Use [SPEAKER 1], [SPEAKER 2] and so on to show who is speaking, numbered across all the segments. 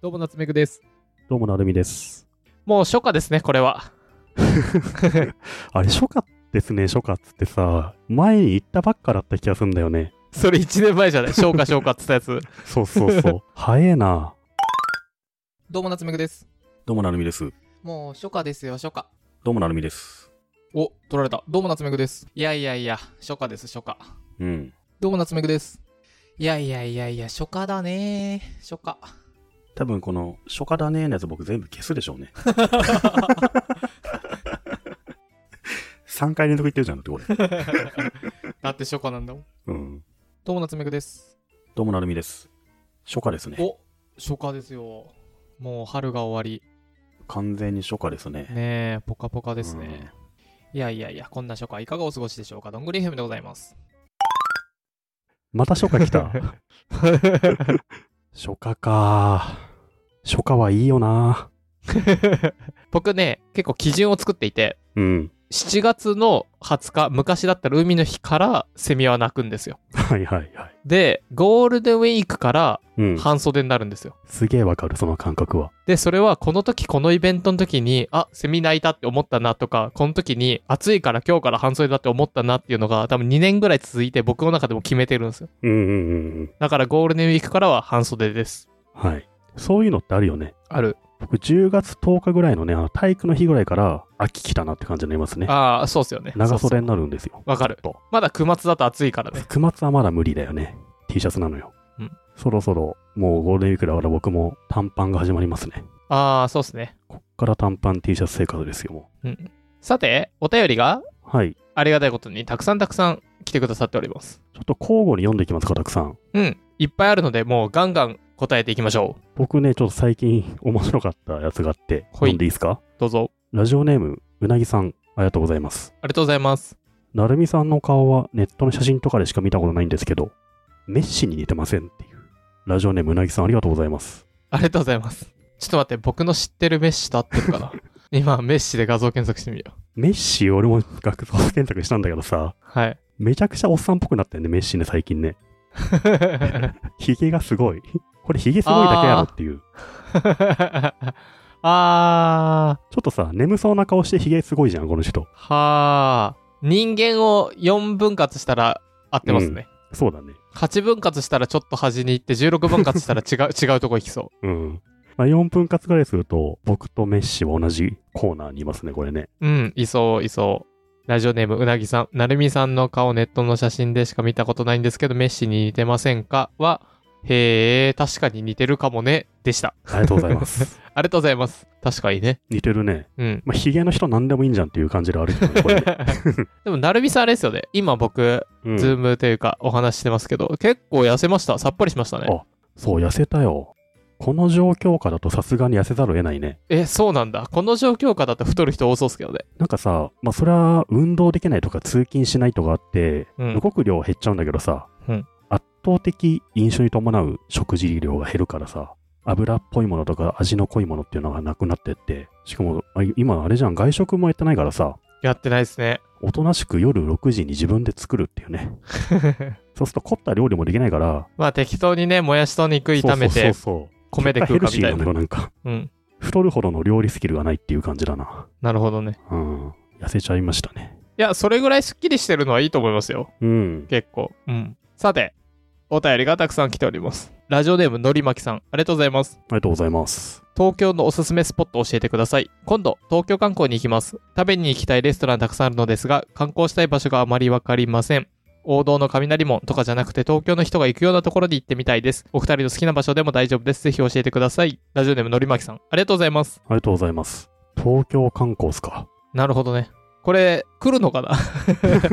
[SPEAKER 1] どうも、夏目くです。
[SPEAKER 2] どうもなるみです。
[SPEAKER 1] もう初夏ですね、これは。
[SPEAKER 2] あれ、初夏ですね、初夏っつってさ、前に行ったばっかだった気がするんだよね。
[SPEAKER 1] それ1年前じゃない消化消化って言ったやつ。
[SPEAKER 2] そうそう そう。早えな。
[SPEAKER 1] どうも、夏目くです。
[SPEAKER 3] どうもなるみです。
[SPEAKER 1] もう初夏ですよ、初夏。
[SPEAKER 3] どうもなるみです。
[SPEAKER 1] お、取られた。どうも、夏目くです。いやいやいや、初夏です、初夏。
[SPEAKER 3] うん。
[SPEAKER 1] どうも、夏目くです。いやいやいやいや、初夏だね初夏。
[SPEAKER 3] 多分この、初夏だねーのやつ僕全部消すでしょうね。3回連続言ってるじゃんだってこれ。
[SPEAKER 1] だって初夏なんだもん。
[SPEAKER 3] うん。
[SPEAKER 1] どうも、夏目くです。
[SPEAKER 3] どうもなるみです。初夏ですね。
[SPEAKER 1] お、初夏ですよ。もう春が終わ
[SPEAKER 3] 完全に初夏です
[SPEAKER 1] り。
[SPEAKER 3] ね。
[SPEAKER 1] ねえ、ぽかぽかですね。いやいやいや、こんな初夏いかがお過ごしでしょうか。どんぐり FM でございます。
[SPEAKER 2] また初夏 来た。初夏か。初夏はいいよな。
[SPEAKER 1] 僕ね、結構基準を作っていて、
[SPEAKER 2] うん。
[SPEAKER 1] 7月の20日、昔だったら海の日からセミは鳴くんですよ。
[SPEAKER 2] はいはいはい。
[SPEAKER 1] で、ゴールデンウィークから
[SPEAKER 2] うん。
[SPEAKER 1] 半袖になるんですよ。
[SPEAKER 2] すげえわかる、その感覚は。
[SPEAKER 1] で、それはこの時、このイベントの時に、あ、セミ鳴いたって思ったなとか、この時に暑いから今日から半袖だって思ったなっていうのが多分2年ぐらい続いて僕の中でも決めてるんですよ。
[SPEAKER 2] うんうんうんうん。
[SPEAKER 1] だからゴールデンウィークからは半袖です。
[SPEAKER 2] はい。そういうのってあるよね。
[SPEAKER 1] ある。
[SPEAKER 2] 僕、10月10日ぐらいのね、あの体育の日ぐらいから、秋来たなって感じになりますね。
[SPEAKER 1] ああ、そうっすよね。
[SPEAKER 2] 長
[SPEAKER 1] そうそう
[SPEAKER 2] 袖になるんですよ。
[SPEAKER 1] わかる
[SPEAKER 2] ちょっと。
[SPEAKER 1] まだ9月だと暑いからね。
[SPEAKER 2] 福松はまだ無理だよね。T シャツなのよ。
[SPEAKER 1] うん
[SPEAKER 2] そろそろ、もうゴールデンウィークだから僕も短パンが始まりますね。
[SPEAKER 1] ああ、そうっすね。
[SPEAKER 2] こっから短パン T シャツ生活ですよ、も
[SPEAKER 1] うん。さて、お便りが
[SPEAKER 2] う。はい。
[SPEAKER 1] ありがたいことにたくさんたくさん来てくださっております。
[SPEAKER 2] ちょっと交互に読んでいきますか、たくさん。
[SPEAKER 1] うん。いっぱいあるので、もうガンガン答えていきましょ
[SPEAKER 2] 僕ね、ちょっと最近面白かったやつがあって、
[SPEAKER 1] ほい
[SPEAKER 2] 読んでいいですか
[SPEAKER 1] う。どうぞ。
[SPEAKER 2] ラジオネーム、うなぎさん、ありがとうございます。
[SPEAKER 1] ありがとうございます。
[SPEAKER 2] なるみさんの顔はネットの写真とかでしか見たことないんですけど、メッシに似てませんっていう。ラジオネーム、うなぎさん、ありがとうございます。
[SPEAKER 1] ありがとうございます。ちょっと待って、僕の知ってるメッシと合ってるかな今、メッシで画像検索してみよう。
[SPEAKER 2] メッシ、俺も学校選択したんだけどさ、
[SPEAKER 1] はい。
[SPEAKER 2] めちゃくちゃおっさんっぽくなったよね、メッシね、最近ね。ヒゲがすごい。これヒゲすごいだけやろっていう。
[SPEAKER 1] あ
[SPEAKER 2] ちょっとさ、眠そうな顔してヒゲすごいじゃん、この人
[SPEAKER 1] ー、。はー。人間を4分割したら合ってますね。
[SPEAKER 2] そうだね。
[SPEAKER 1] 8分割したらちょっと端に行って、16分割したら違う、違うとこ行きそう。
[SPEAKER 2] うん。まあ、4分割ぐらいすると、僕とメッシは同じコーナーにいますね、これね。
[SPEAKER 1] うん、いそう、いそう。ラジオネーム、うなぎさん。なるみさんの顔、ネットの写真でしか見たことないんですけど、メッシに似てませんかは、へえ、確かに似てるかもね、でした。
[SPEAKER 2] ありがとうござ います。
[SPEAKER 1] ありがとうございます。確かにね。
[SPEAKER 2] 似てるね。
[SPEAKER 1] うん。
[SPEAKER 2] まあ、ヒゲの人何でもいいんじゃんっていう感じであるけどね、これね。
[SPEAKER 1] でも、なるみさんあれですよね。今僕、
[SPEAKER 2] うん
[SPEAKER 1] ズームというか、お話ししてますけど、結構痩せました。さっぱりしましたね
[SPEAKER 2] あ。そう、痩せたよ。この状況下だとさすがに痩せざるを得ないね。
[SPEAKER 1] え、そうなんだ。この状況下だと太る人多そうっすけどね。
[SPEAKER 2] なんかさ、まあ、それは運動できないとか通勤しないとかあって、
[SPEAKER 1] うん
[SPEAKER 2] 動く量減っちゃうんだけどさ、
[SPEAKER 1] うん
[SPEAKER 2] 圧倒的飲酒に伴う食事量が減るからさ、油っぽいものとか味の濃いものっていうのがなくなってって、しかもあ今あれじゃん、外食もやってないからさ、
[SPEAKER 1] やってないですね。
[SPEAKER 2] おとなしく夜6時に自分で作るってい うね。そうすると凝った料理もできないから、
[SPEAKER 1] まあ、適当にね、もやしと肉炒めて、
[SPEAKER 2] そうそうそうそう
[SPEAKER 1] 米で食うかみたい
[SPEAKER 2] 結果ヘルシーな
[SPEAKER 1] な。
[SPEAKER 2] のよなんか。
[SPEAKER 1] うん。
[SPEAKER 2] 太るほどの料理スキルがないっていう感じだな。
[SPEAKER 1] なるほどね。
[SPEAKER 2] うん。痩せちゃいましたね。
[SPEAKER 1] いや、それぐらいスッキリしてるのはいいと思いますよ。
[SPEAKER 2] うん。
[SPEAKER 1] 結構。うん。さて、お便りがたくさん来ております。ラジオネームのりまきさん、ありがとうございます
[SPEAKER 2] あ。りがとうございます。
[SPEAKER 1] 東京のおすすめスポット教えてください。今度、東京観光に行きます。食べに行きたいレストランたくさんあるのですが、観光したい場所があまりわかりません。王道の雷門とかじゃなくて東京の人が行くようなところに行ってみたいです。お二人の好きな場所でも大丈夫です。ぜひ教えてください。ラジオネームのりまきさん、ありがとうございます。
[SPEAKER 2] ありがとうございます。東京観光っすか。
[SPEAKER 1] なるほどね。これ、来るのかな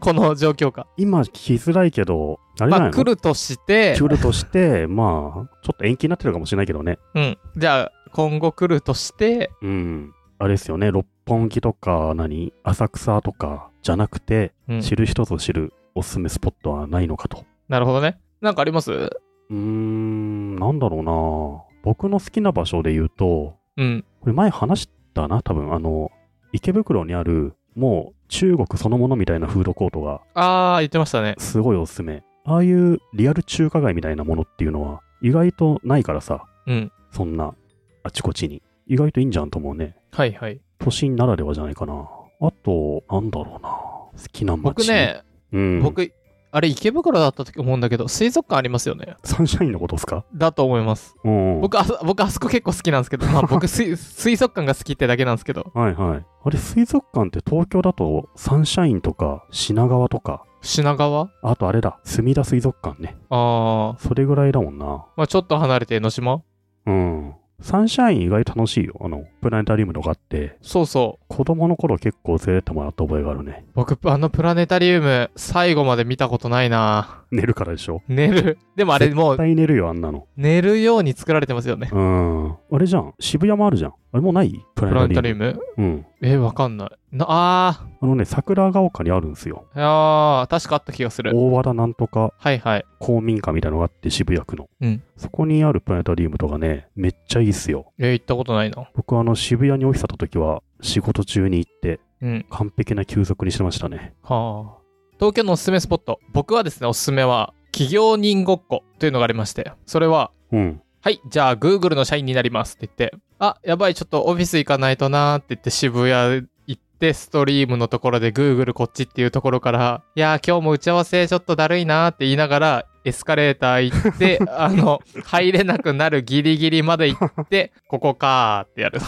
[SPEAKER 1] この状況下。
[SPEAKER 2] 今聞きづらいけど、あれじ
[SPEAKER 1] ま
[SPEAKER 2] ゃな
[SPEAKER 1] あ、
[SPEAKER 2] い
[SPEAKER 1] 来
[SPEAKER 2] の
[SPEAKER 1] るとして、
[SPEAKER 2] 来るとして、まあ、ちょっと延期になってるかもしれないけどね。
[SPEAKER 1] うん。じゃあ、今後来るとして、
[SPEAKER 2] うん。あれですよね、六本木とか何、浅草とかじゃなくて、
[SPEAKER 1] うん
[SPEAKER 2] 知る人ぞ知るおすすめスポットはないのかと。
[SPEAKER 1] なるほどね。なんかあります
[SPEAKER 2] うーん、なんだろうな。僕の好きな場所で言うと、
[SPEAKER 1] うん。
[SPEAKER 2] これ前話したな、多分。あの、池袋にある、もう中国そのものみたいなフードコートが、
[SPEAKER 1] あー、言ってましたね。
[SPEAKER 2] すごいおすすめ。ああいうリアル中華街みたいなものっていうのは、意外とないからさ、
[SPEAKER 1] うん。
[SPEAKER 2] そんな、あちこちに。意外といいんじゃんと思うね。
[SPEAKER 1] はいはい。
[SPEAKER 2] 都心ならではじゃないかな。あと、なんだろうな。好きな街。
[SPEAKER 1] 僕、ね、
[SPEAKER 2] うん、
[SPEAKER 1] 僕、あれ池袋だったと思うんだけど、水族館ありますよね。
[SPEAKER 2] サンシャインのことですか
[SPEAKER 1] だと思います。
[SPEAKER 2] うんうん。
[SPEAKER 1] 僕あそ、僕あそこ結構好きなんですけど、まあ僕水、 水族館が好きってだけなんですけど、
[SPEAKER 2] はいはい。あれ、水族館って東京だと、サンシャインとか、品川とか、
[SPEAKER 1] 品川
[SPEAKER 2] あとあれだ、墨田水族館ね。
[SPEAKER 1] ああ、
[SPEAKER 2] それぐらいだもんな。
[SPEAKER 1] まあちょっと離れて江ノ島
[SPEAKER 2] うん。サンシャイン意外と楽しいよ。あの、プラネタリウムとかあって、
[SPEAKER 1] そうそう。
[SPEAKER 2] 子供の頃結構連れてってもらった覚えがあるね。
[SPEAKER 1] 僕、あのプラネタリウム、最後まで見たことないな
[SPEAKER 2] 寝るからでしょ。
[SPEAKER 1] 寝る。でもあれも
[SPEAKER 2] 絶
[SPEAKER 1] う、
[SPEAKER 2] 対寝るよ、あんなの。
[SPEAKER 1] 寝るように作られてますよね。
[SPEAKER 2] うん。あれじゃん。渋谷もあるじゃん。あれもうないプ
[SPEAKER 1] プラ
[SPEAKER 2] ラ
[SPEAKER 1] ネ
[SPEAKER 2] ネ
[SPEAKER 1] タ
[SPEAKER 2] タ
[SPEAKER 1] リ
[SPEAKER 2] リウ
[SPEAKER 1] ウム
[SPEAKER 2] ム。うん。
[SPEAKER 1] え、わかんない。なあ
[SPEAKER 2] あのね、桜ヶ丘にあるんですよ。
[SPEAKER 1] ー、あー、確かあった気がする。
[SPEAKER 2] 大和田なんとか
[SPEAKER 1] はいはい。
[SPEAKER 2] 公民館みたいなのがあって、渋谷区の。
[SPEAKER 1] うん
[SPEAKER 2] そこにあるプラネタリウムとかね、めっちゃいいっすよ。
[SPEAKER 1] え、行ったことないな。
[SPEAKER 2] 僕、あの、渋谷にオフィスあった時は、仕事中に行って、
[SPEAKER 1] うん。
[SPEAKER 2] 完璧な休息にしてましたね。
[SPEAKER 1] はあ。東京のおすすめスポット。僕はですね、おすすめは、企業人ごっこというのがありまして、それは、
[SPEAKER 2] うん。
[SPEAKER 1] はい、じゃあ Google の社員になりますって言って、あ、やばい、ちょっとオフィス行かないとなーって言って渋谷行って、ストリームのところで Google こっちっていうところから、いやー今日も打ち合わせちょっとだるいなーって言いながら、エスカレーター行って、あの、入れなくなるギリギリまで行って、ここかーってやる。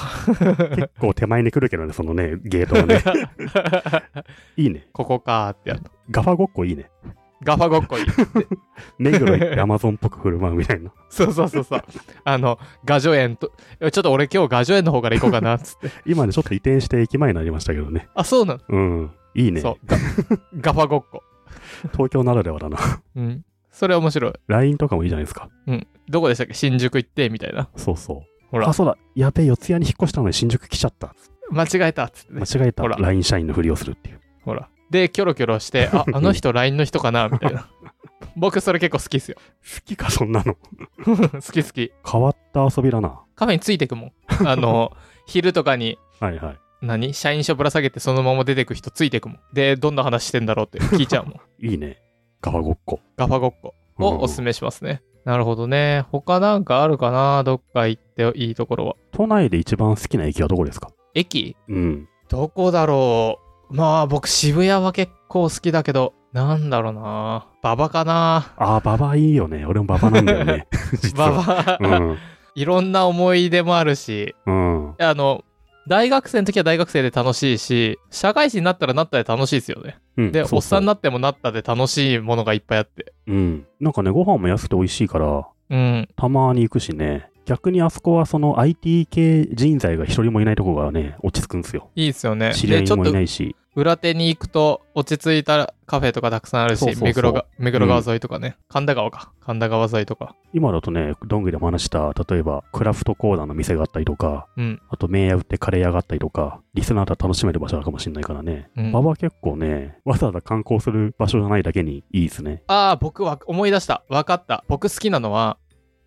[SPEAKER 2] 結構手前に来るけどね、そのね、ゲート のね。いいね。
[SPEAKER 1] ここかーってやる。
[SPEAKER 2] ガファごっこいいね。
[SPEAKER 1] ガファごっこいい。
[SPEAKER 2] 目黒行 ってアマゾンっぽく振る舞うみたいな。
[SPEAKER 1] そうそうそうそう。あの、ガジョ園と、ちょっと俺今日ガジョ園の方から行こうかなっつって。
[SPEAKER 2] 今ね、ちょっと移転して駅前になりましたけどね。
[SPEAKER 1] あ、そうなの、
[SPEAKER 2] うん。いいね。
[SPEAKER 1] そう。ガガファごっこ。
[SPEAKER 2] 東京ならではだな。
[SPEAKER 1] うん。それ面白い。
[SPEAKER 2] LINE とかもいいじゃないですか。
[SPEAKER 1] どこでしたっけ新宿行ってみたいな。
[SPEAKER 2] そうそう。
[SPEAKER 1] ほら
[SPEAKER 2] あ、そうだ。やべえ、四谷に引っ越したのに新宿来ちゃった。
[SPEAKER 1] 間違えたっつってね、
[SPEAKER 2] 間違えた。
[SPEAKER 1] ほら
[SPEAKER 2] LINE 社員のふりをするっていう。
[SPEAKER 1] ほら。で、キョロキョロして、 あ、あの人 LINE の人かなみたいな。僕それ結構好きっすよ。
[SPEAKER 2] 好きか、そんなの。
[SPEAKER 1] 好き好き。
[SPEAKER 2] 変わった遊びだな。
[SPEAKER 1] カフェについてくもん。あ の、昼とかに、
[SPEAKER 2] はいはい。
[SPEAKER 1] 何社員証ぶら下げてそのまま出てく人ついてくもん。で、どんな話してんだろうって聞いちゃうも ん。
[SPEAKER 2] いいね。川ごっこ。
[SPEAKER 1] ガファごっこをおすす
[SPEAKER 2] め。
[SPEAKER 1] めしますね。なるほどね。他なんかあるかなどっか行っていいところは。
[SPEAKER 2] 都内で一番好きな駅はどこですか
[SPEAKER 1] 駅
[SPEAKER 2] うん。
[SPEAKER 1] どこだろうまあ僕渋谷は結構好きだけど、なんだろうな。馬場かな
[SPEAKER 2] あー、ババいいよね。俺もババなんだよ ね。実
[SPEAKER 1] 馬
[SPEAKER 2] は。
[SPEAKER 1] 場、 いろんな思い出もあるし、
[SPEAKER 2] うん。うん。
[SPEAKER 1] あの、大学生の時は大学生で楽しいし、社会人になったらなったで楽しいですよね。
[SPEAKER 2] うん、
[SPEAKER 1] で、
[SPEAKER 2] そうそう
[SPEAKER 1] おっさんになってもなったで楽しいものがいっぱいあって。
[SPEAKER 2] うん。なんかね、ご飯も安くて美味しいから、
[SPEAKER 1] うん。
[SPEAKER 2] たまに行くしね。逆にあそこはその IT 系人材が一人もいないとこがね、落ち着くんですよ。
[SPEAKER 1] いいですよね。
[SPEAKER 2] 知り合
[SPEAKER 1] で、ち
[SPEAKER 2] い
[SPEAKER 1] ょっ
[SPEAKER 2] もい
[SPEAKER 1] と
[SPEAKER 2] ないし。
[SPEAKER 1] 裏手に行くと、落ち着いたカフェとかたくさんあるし、
[SPEAKER 2] そうそうそう
[SPEAKER 1] 目黒が目黒川沿いとかね、神田川か。神田川沿いとか。
[SPEAKER 2] 今だとね、どんぐりでも話した、例えばクラフトコーナーの店があったりとか、
[SPEAKER 1] うん。
[SPEAKER 2] あと麺屋売ってカレー屋があったりとか、リスナーだと楽しめる場所あるかもしれないからね。
[SPEAKER 1] うん
[SPEAKER 2] 馬場は結構ね、わざわざ観光する場所じゃないだけにいいですね。
[SPEAKER 1] ああ、僕は思い出した。わかった。僕好きなのは、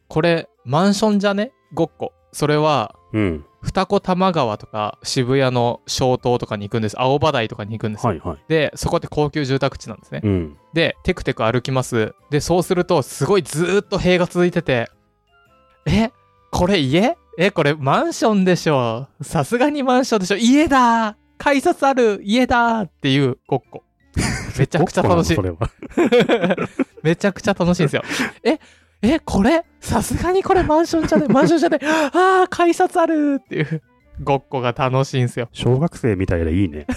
[SPEAKER 1] これ、マンションじゃねごっこ。それは、
[SPEAKER 2] うん。
[SPEAKER 1] 二子玉川とか渋谷の小東とかに行くんです青葉台とかに行くんですよ、
[SPEAKER 2] はいはい。
[SPEAKER 1] でそこって高級住宅地なんですね、
[SPEAKER 2] うん。
[SPEAKER 1] でテクテク歩きますでそうするとすごいずーっと塀が続いててえこれ家えこれマンションでしょさすがにマンションでしょ家だー改札ある家だーっていうごっ こめちゃくちゃ楽しい
[SPEAKER 2] ごっこなのそれは。
[SPEAKER 1] めちゃくちゃ楽しいんですよ。ええこれさすがにこれマンションじゃねマンションじゃねああ改札あるっていうごっこが楽しいんですよ。
[SPEAKER 2] 小学生みたいでいいね。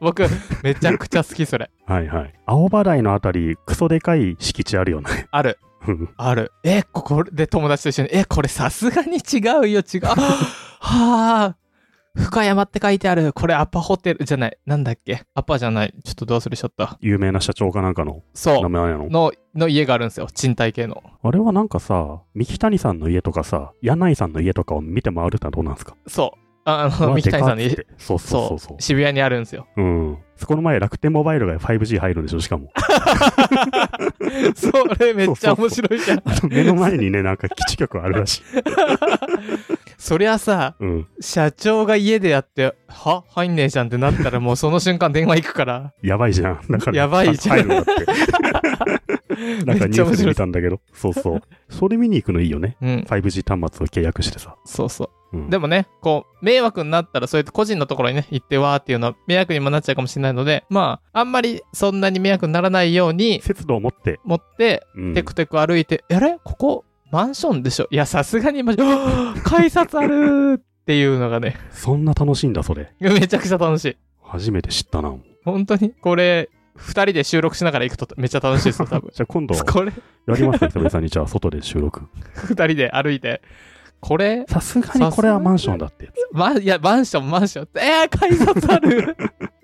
[SPEAKER 1] 僕めちゃくちゃ好きそれ。
[SPEAKER 2] はいはい。青葉台のあたり、クソでかい敷地あるよね。
[SPEAKER 1] ある
[SPEAKER 2] うん
[SPEAKER 1] ある。えここで友達と一緒にえこれさすがに違うよ違う。はあ深山って書いてある。これアパホテルじゃない。なんだっけアパじゃない。ちょっとどうするしちゃった。
[SPEAKER 2] 有名な社長かなんかの
[SPEAKER 1] そ
[SPEAKER 2] 名前な
[SPEAKER 1] う。
[SPEAKER 2] の。
[SPEAKER 1] の、の家があるんですよ。賃貸系の。
[SPEAKER 2] あれはなんかさ、三木谷さんの家とかさ、柳井さんの家とかを見て回るってのはどうなんですか
[SPEAKER 1] そう。あ
[SPEAKER 2] う
[SPEAKER 1] の、
[SPEAKER 2] わ
[SPEAKER 1] 三木谷さんの
[SPEAKER 2] で
[SPEAKER 1] 家
[SPEAKER 2] かっつってそうそうそうそう
[SPEAKER 1] そう。渋谷にあるんですよ。
[SPEAKER 2] うん。そこの前、楽天モバイルが 5G 入るんでしょ、しかも。
[SPEAKER 1] それめっちゃ面白いじゃん。
[SPEAKER 2] あの目の前にね、なんか基地局あるらしい。
[SPEAKER 1] そりゃさ、
[SPEAKER 2] うん。
[SPEAKER 1] 社長が家でやって、は入んねえじゃんってなったらもうその瞬間電話行くから。
[SPEAKER 2] やばいじゃん。だから、
[SPEAKER 1] やばいじゃん
[SPEAKER 2] 入るんだっ て。なんかニュースで見たんだけど。そうそう。それ見に行くのいいよね。
[SPEAKER 1] うん、
[SPEAKER 2] 5G 端末を契約してさ。
[SPEAKER 1] そうそう。
[SPEAKER 2] うん、
[SPEAKER 1] でもね、こう、迷惑になったら、そうやって個人のところにね、行ってわーっていうのは迷惑にもなっちゃうかもしれないので、まあ、あんまりそんなに迷惑にならないように
[SPEAKER 2] 節度を持って、
[SPEAKER 1] 持って、
[SPEAKER 2] うん
[SPEAKER 1] テクテク歩いて、あれここ、マンションでしょいや、さすがにマンション、は ぁ改札あるーっていうのがね、
[SPEAKER 2] そんな楽しいんだ、それ。
[SPEAKER 1] めちゃくちゃ楽しい。
[SPEAKER 2] 初めて知ったな。じ。
[SPEAKER 1] 本当に、これ、二人で収録しながら行くとめっちゃ楽しいですよ、多分
[SPEAKER 2] ゃあ今度、や
[SPEAKER 1] これ、
[SPEAKER 2] りますか、久々に。じゃあ外で収録。
[SPEAKER 1] 二人で歩いて、これ、
[SPEAKER 2] さすがにこれはマンションだってやつ。
[SPEAKER 1] ま、いや、マンション、マンション。えー、改札ある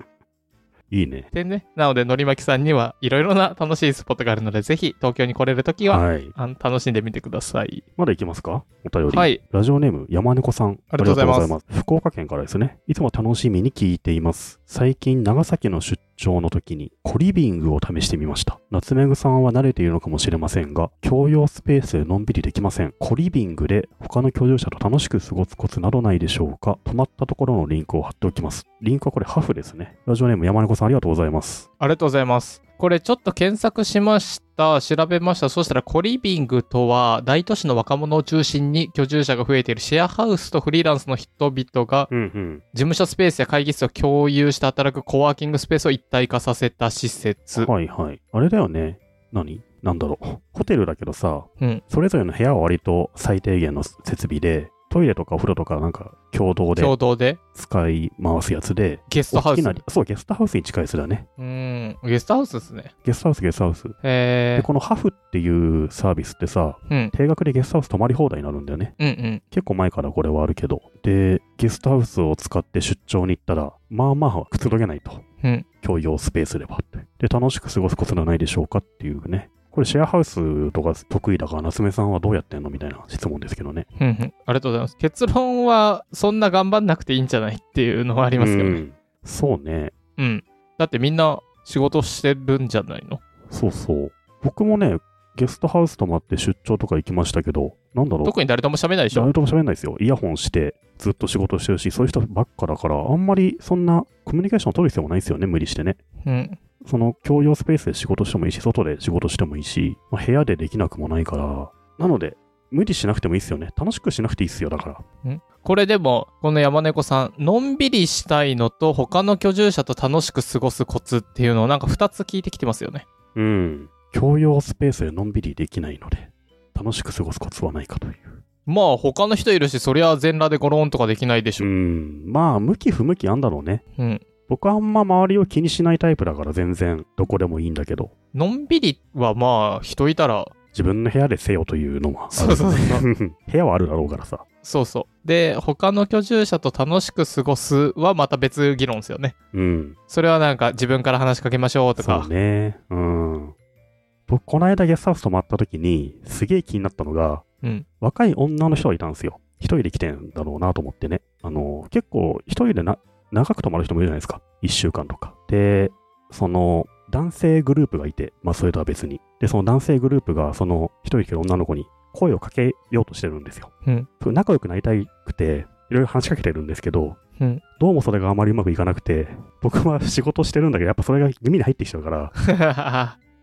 [SPEAKER 2] いいね。
[SPEAKER 1] でね、なので、のりまきさんにはいろいろな楽しいスポットがあるので、ぜひ東京に来れるときは、
[SPEAKER 2] はい。
[SPEAKER 1] あの楽しんでみてください。
[SPEAKER 2] まだ行きますかお便り。
[SPEAKER 1] はい。
[SPEAKER 2] ラジオネーム、山猫さん。
[SPEAKER 1] ありがとうございます
[SPEAKER 2] ありがとうございます。福岡県からですね。いつも楽しみに聞いています。最近、長崎の出張の時に、コリビングを試してみました。夏目ぐさんは慣れているのかもしれませんが、共用スペースでのんびりできません。コリビングで、他の居住者と楽しく過ごすコツなどないでしょうか泊まったところのリンクを貼っておきます。リンクはこれ、ハフですね。ラジオネーム、山猫さん、ありがとうございます。
[SPEAKER 1] ありがとうございます。これちょっと検索しました。調べました。そしたら、コリビングとは、大都市の若者を中心に居住者が増えているシェアハウスとフリーランスの人々が、
[SPEAKER 2] うんうん。
[SPEAKER 1] 事務所スペースや会議室を共有して働くコワーキングスペースを一体化させた施設。
[SPEAKER 2] はいはい。あれだよね。何なんだろう。ホテルだけどさ、
[SPEAKER 1] うん
[SPEAKER 2] それぞれの部屋は割と最低限の設備で、トイレとかお風呂とかなんか共同で
[SPEAKER 1] 共同で、
[SPEAKER 2] 使い回すやつで、
[SPEAKER 1] ゲストハウス。
[SPEAKER 2] 大きなそう、ゲストハウスに近いやつだね。
[SPEAKER 1] うーん、ゲストハウスですね。
[SPEAKER 2] ゲストハウス、ゲストハウス。
[SPEAKER 1] え
[SPEAKER 2] で、このハフっていうサービスってさ、
[SPEAKER 1] ー、うん、
[SPEAKER 2] 定額でゲストハウス泊まり放題になるんだよね。
[SPEAKER 1] うん、うん。
[SPEAKER 2] 結構前からこれはあるけど。で、ゲストハウスを使って出張に行ったら、まあまあくつろげないと。
[SPEAKER 1] うん
[SPEAKER 2] 共用スペースではって。で、楽しく過ごすことはないでしょうかっていうね。これシェアハウスとか得意だから、夏目さんはどうやってんのみたいな質問ですけどね。
[SPEAKER 1] うんうん、ありがとうございます。結論は、そんな頑張んなくていいんじゃないっていうのはありますけど
[SPEAKER 2] う
[SPEAKER 1] ね。
[SPEAKER 2] んそうね。
[SPEAKER 1] うん。だってみんな仕事してるんじゃないの
[SPEAKER 2] そうそう。僕もね、ゲストハウス泊まって出張とか行きましたけど、なんだろう。
[SPEAKER 1] 特に誰とも喋んないでしょ
[SPEAKER 2] 誰とも喋んないですよ。イヤホンして、ずっと仕事してるし、そういう人ばっかだから、あんまりそんなコミュニケーションを取る必要もないですよね、無理してね。
[SPEAKER 1] うん。
[SPEAKER 2] その共用スペースで仕事してもいいし、外で仕事してもいいし、まあ部屋でできなくもないから、なので、無理しなくてもいいっすよね。楽しくしなくていいっすよ、だから。
[SPEAKER 1] これでも、この山猫さん、のんびりしたいのと、他の居住者と楽しく過ごすコツっていうのをなんか2つ聞いてきてますよね。
[SPEAKER 2] うん。共用スペースでのんびりできないので、楽しく過ごすコツはないかという。
[SPEAKER 1] まあ、他の人いるし、そりゃ全裸でゴロンとかできないでし
[SPEAKER 2] う
[SPEAKER 1] ょ。
[SPEAKER 2] ん。まあ、向き不向きあんだろうね。
[SPEAKER 1] うん。
[SPEAKER 2] 僕はあんま周りを気にしないタイプだから全然どこでもいいんだけど、
[SPEAKER 1] のんびりはまあ、人いたら、
[SPEAKER 2] 自分の部屋でせよというのはある
[SPEAKER 1] そうそうそう。
[SPEAKER 2] 部屋はあるだろうからさ。
[SPEAKER 1] そうそう。で、他の居住者と楽しく過ごすはまた別議論ですよね。
[SPEAKER 2] うん。
[SPEAKER 1] それはなんか自分から話しかけましょうと
[SPEAKER 2] そ
[SPEAKER 1] か
[SPEAKER 2] う。ね。うん。僕、この間ゲストハウス泊まった時に、すげえ気になったのが、
[SPEAKER 1] うん
[SPEAKER 2] 若い女の人がいたんですよ。一人で来てんだろうなと思ってね。あの、結構、一人でな長く泊まる人もいるじゃないですか。一週間とか。で、その、男性グループがいて、まあ、それとは別に。で、その男性グループが、その、一人で来る女の子に声をかけようとしてるんですよ。
[SPEAKER 1] うん
[SPEAKER 2] それ仲良くなりたくて、いろいろ話しかけてるんですけど、
[SPEAKER 1] うん
[SPEAKER 2] どうもそれがあまりうまくいかなくて、僕は仕事してるんだけど、やっぱそれが耳に入ってきちゃうから、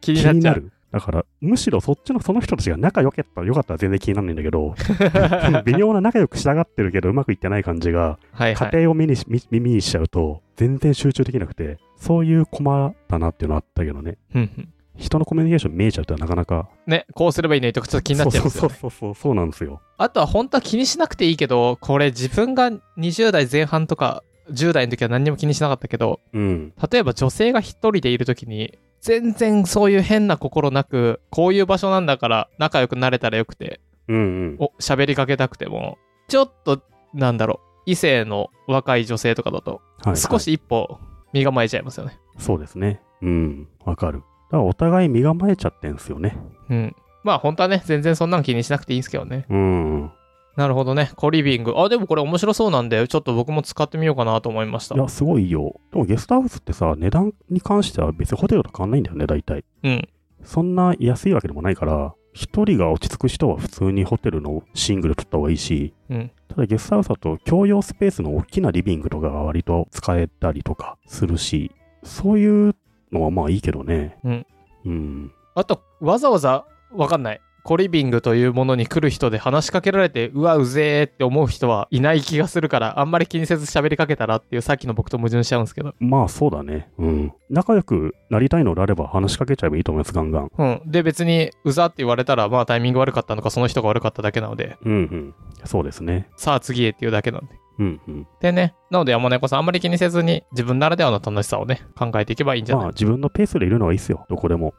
[SPEAKER 1] 気に
[SPEAKER 2] 気
[SPEAKER 1] なっ
[SPEAKER 2] に
[SPEAKER 1] ちゃ
[SPEAKER 2] な
[SPEAKER 1] う。
[SPEAKER 2] る。だから、むしろそっちのその人たちが仲良かったら良かったら全然気にならないんだ けど、その微妙な仲良くしたがってるけどうまくいってない感じが、
[SPEAKER 1] はいは
[SPEAKER 2] 家
[SPEAKER 1] い。
[SPEAKER 2] 庭を目にしみ耳にしちゃうと、全然集中できなくて、そういう困ったなっていうのはあったけどね。
[SPEAKER 1] うんうん
[SPEAKER 2] 人のコミュニケーション見えちゃうとなかなか
[SPEAKER 1] ね、こうすればいいのにとかちょっと気になっちゃいますよね
[SPEAKER 2] そうそうそうそうそうなんですよ。
[SPEAKER 1] あとは本当は気にしなくていいけど、これ自分が20代前半とか10代の時は何にも気にしなかったけど、
[SPEAKER 2] うん。
[SPEAKER 1] 例えば女性が一人でいる時に、全然そういう変な心なく、こういう場所なんだから仲良くなれたらよくて、
[SPEAKER 2] うんうん。
[SPEAKER 1] お喋りかけたくても、ちょっと、なんだろう、異性の若い女性とかだと、
[SPEAKER 2] はいはい
[SPEAKER 1] 少し一歩身構えちゃいますよね。
[SPEAKER 2] そうですね。うん、わかる。だからお互い身構えちゃってんすよね。
[SPEAKER 1] うん。まあ本当はね、全然そんなん気にしなくていいんですけどね。
[SPEAKER 2] うん。
[SPEAKER 1] なるほどね。コリビング。あ、でもこれ面白そうなんで、ちょっと僕も使ってみようかなと思いました
[SPEAKER 2] い。や、すごいよ。でもゲストハウスってさ、値段に関しては別にホテルと変わんないんだよね、大体。
[SPEAKER 1] うん。
[SPEAKER 2] そんな安いわけでもないから、一人が落ち着く人は普通にホテルのシングル取った方がいいし、
[SPEAKER 1] うん
[SPEAKER 2] ただゲストハウスだと共用スペースの大きなリビングとかが割と使えたりとかするし、そういうのはまあいいけどね。
[SPEAKER 1] うん。
[SPEAKER 2] うん。
[SPEAKER 1] あと、わざわざ、わかんない。コリビングというものに来る人で話しかけられて、うわ、うぜーって思う人はいない気がするから、あんまり気にせず喋りかけたらっていう、さっきの僕と矛盾しちゃうんですけど。
[SPEAKER 2] まあそうだね。うん。仲良くなりたいのであれば話しかけちゃえばいいと思います、ガンガン。
[SPEAKER 1] うん。で、別に、うざって言われたら、まあタイミング悪かったのか、その人が悪かっただけなので、
[SPEAKER 2] うんうん。そうですね。
[SPEAKER 1] さあ次へっていうだけなんで。
[SPEAKER 2] うんうん。
[SPEAKER 1] でね、なので山猫さん、あんまり気にせずに、自分ならではの楽しさをね、考えていけばいいんじゃない
[SPEAKER 2] まあ自分のペースでいるのはいいですよ、どこでも。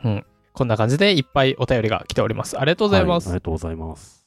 [SPEAKER 1] こんな感じでいっぱいお便りが来ております。ありがとうございます。
[SPEAKER 2] はありがとうございます。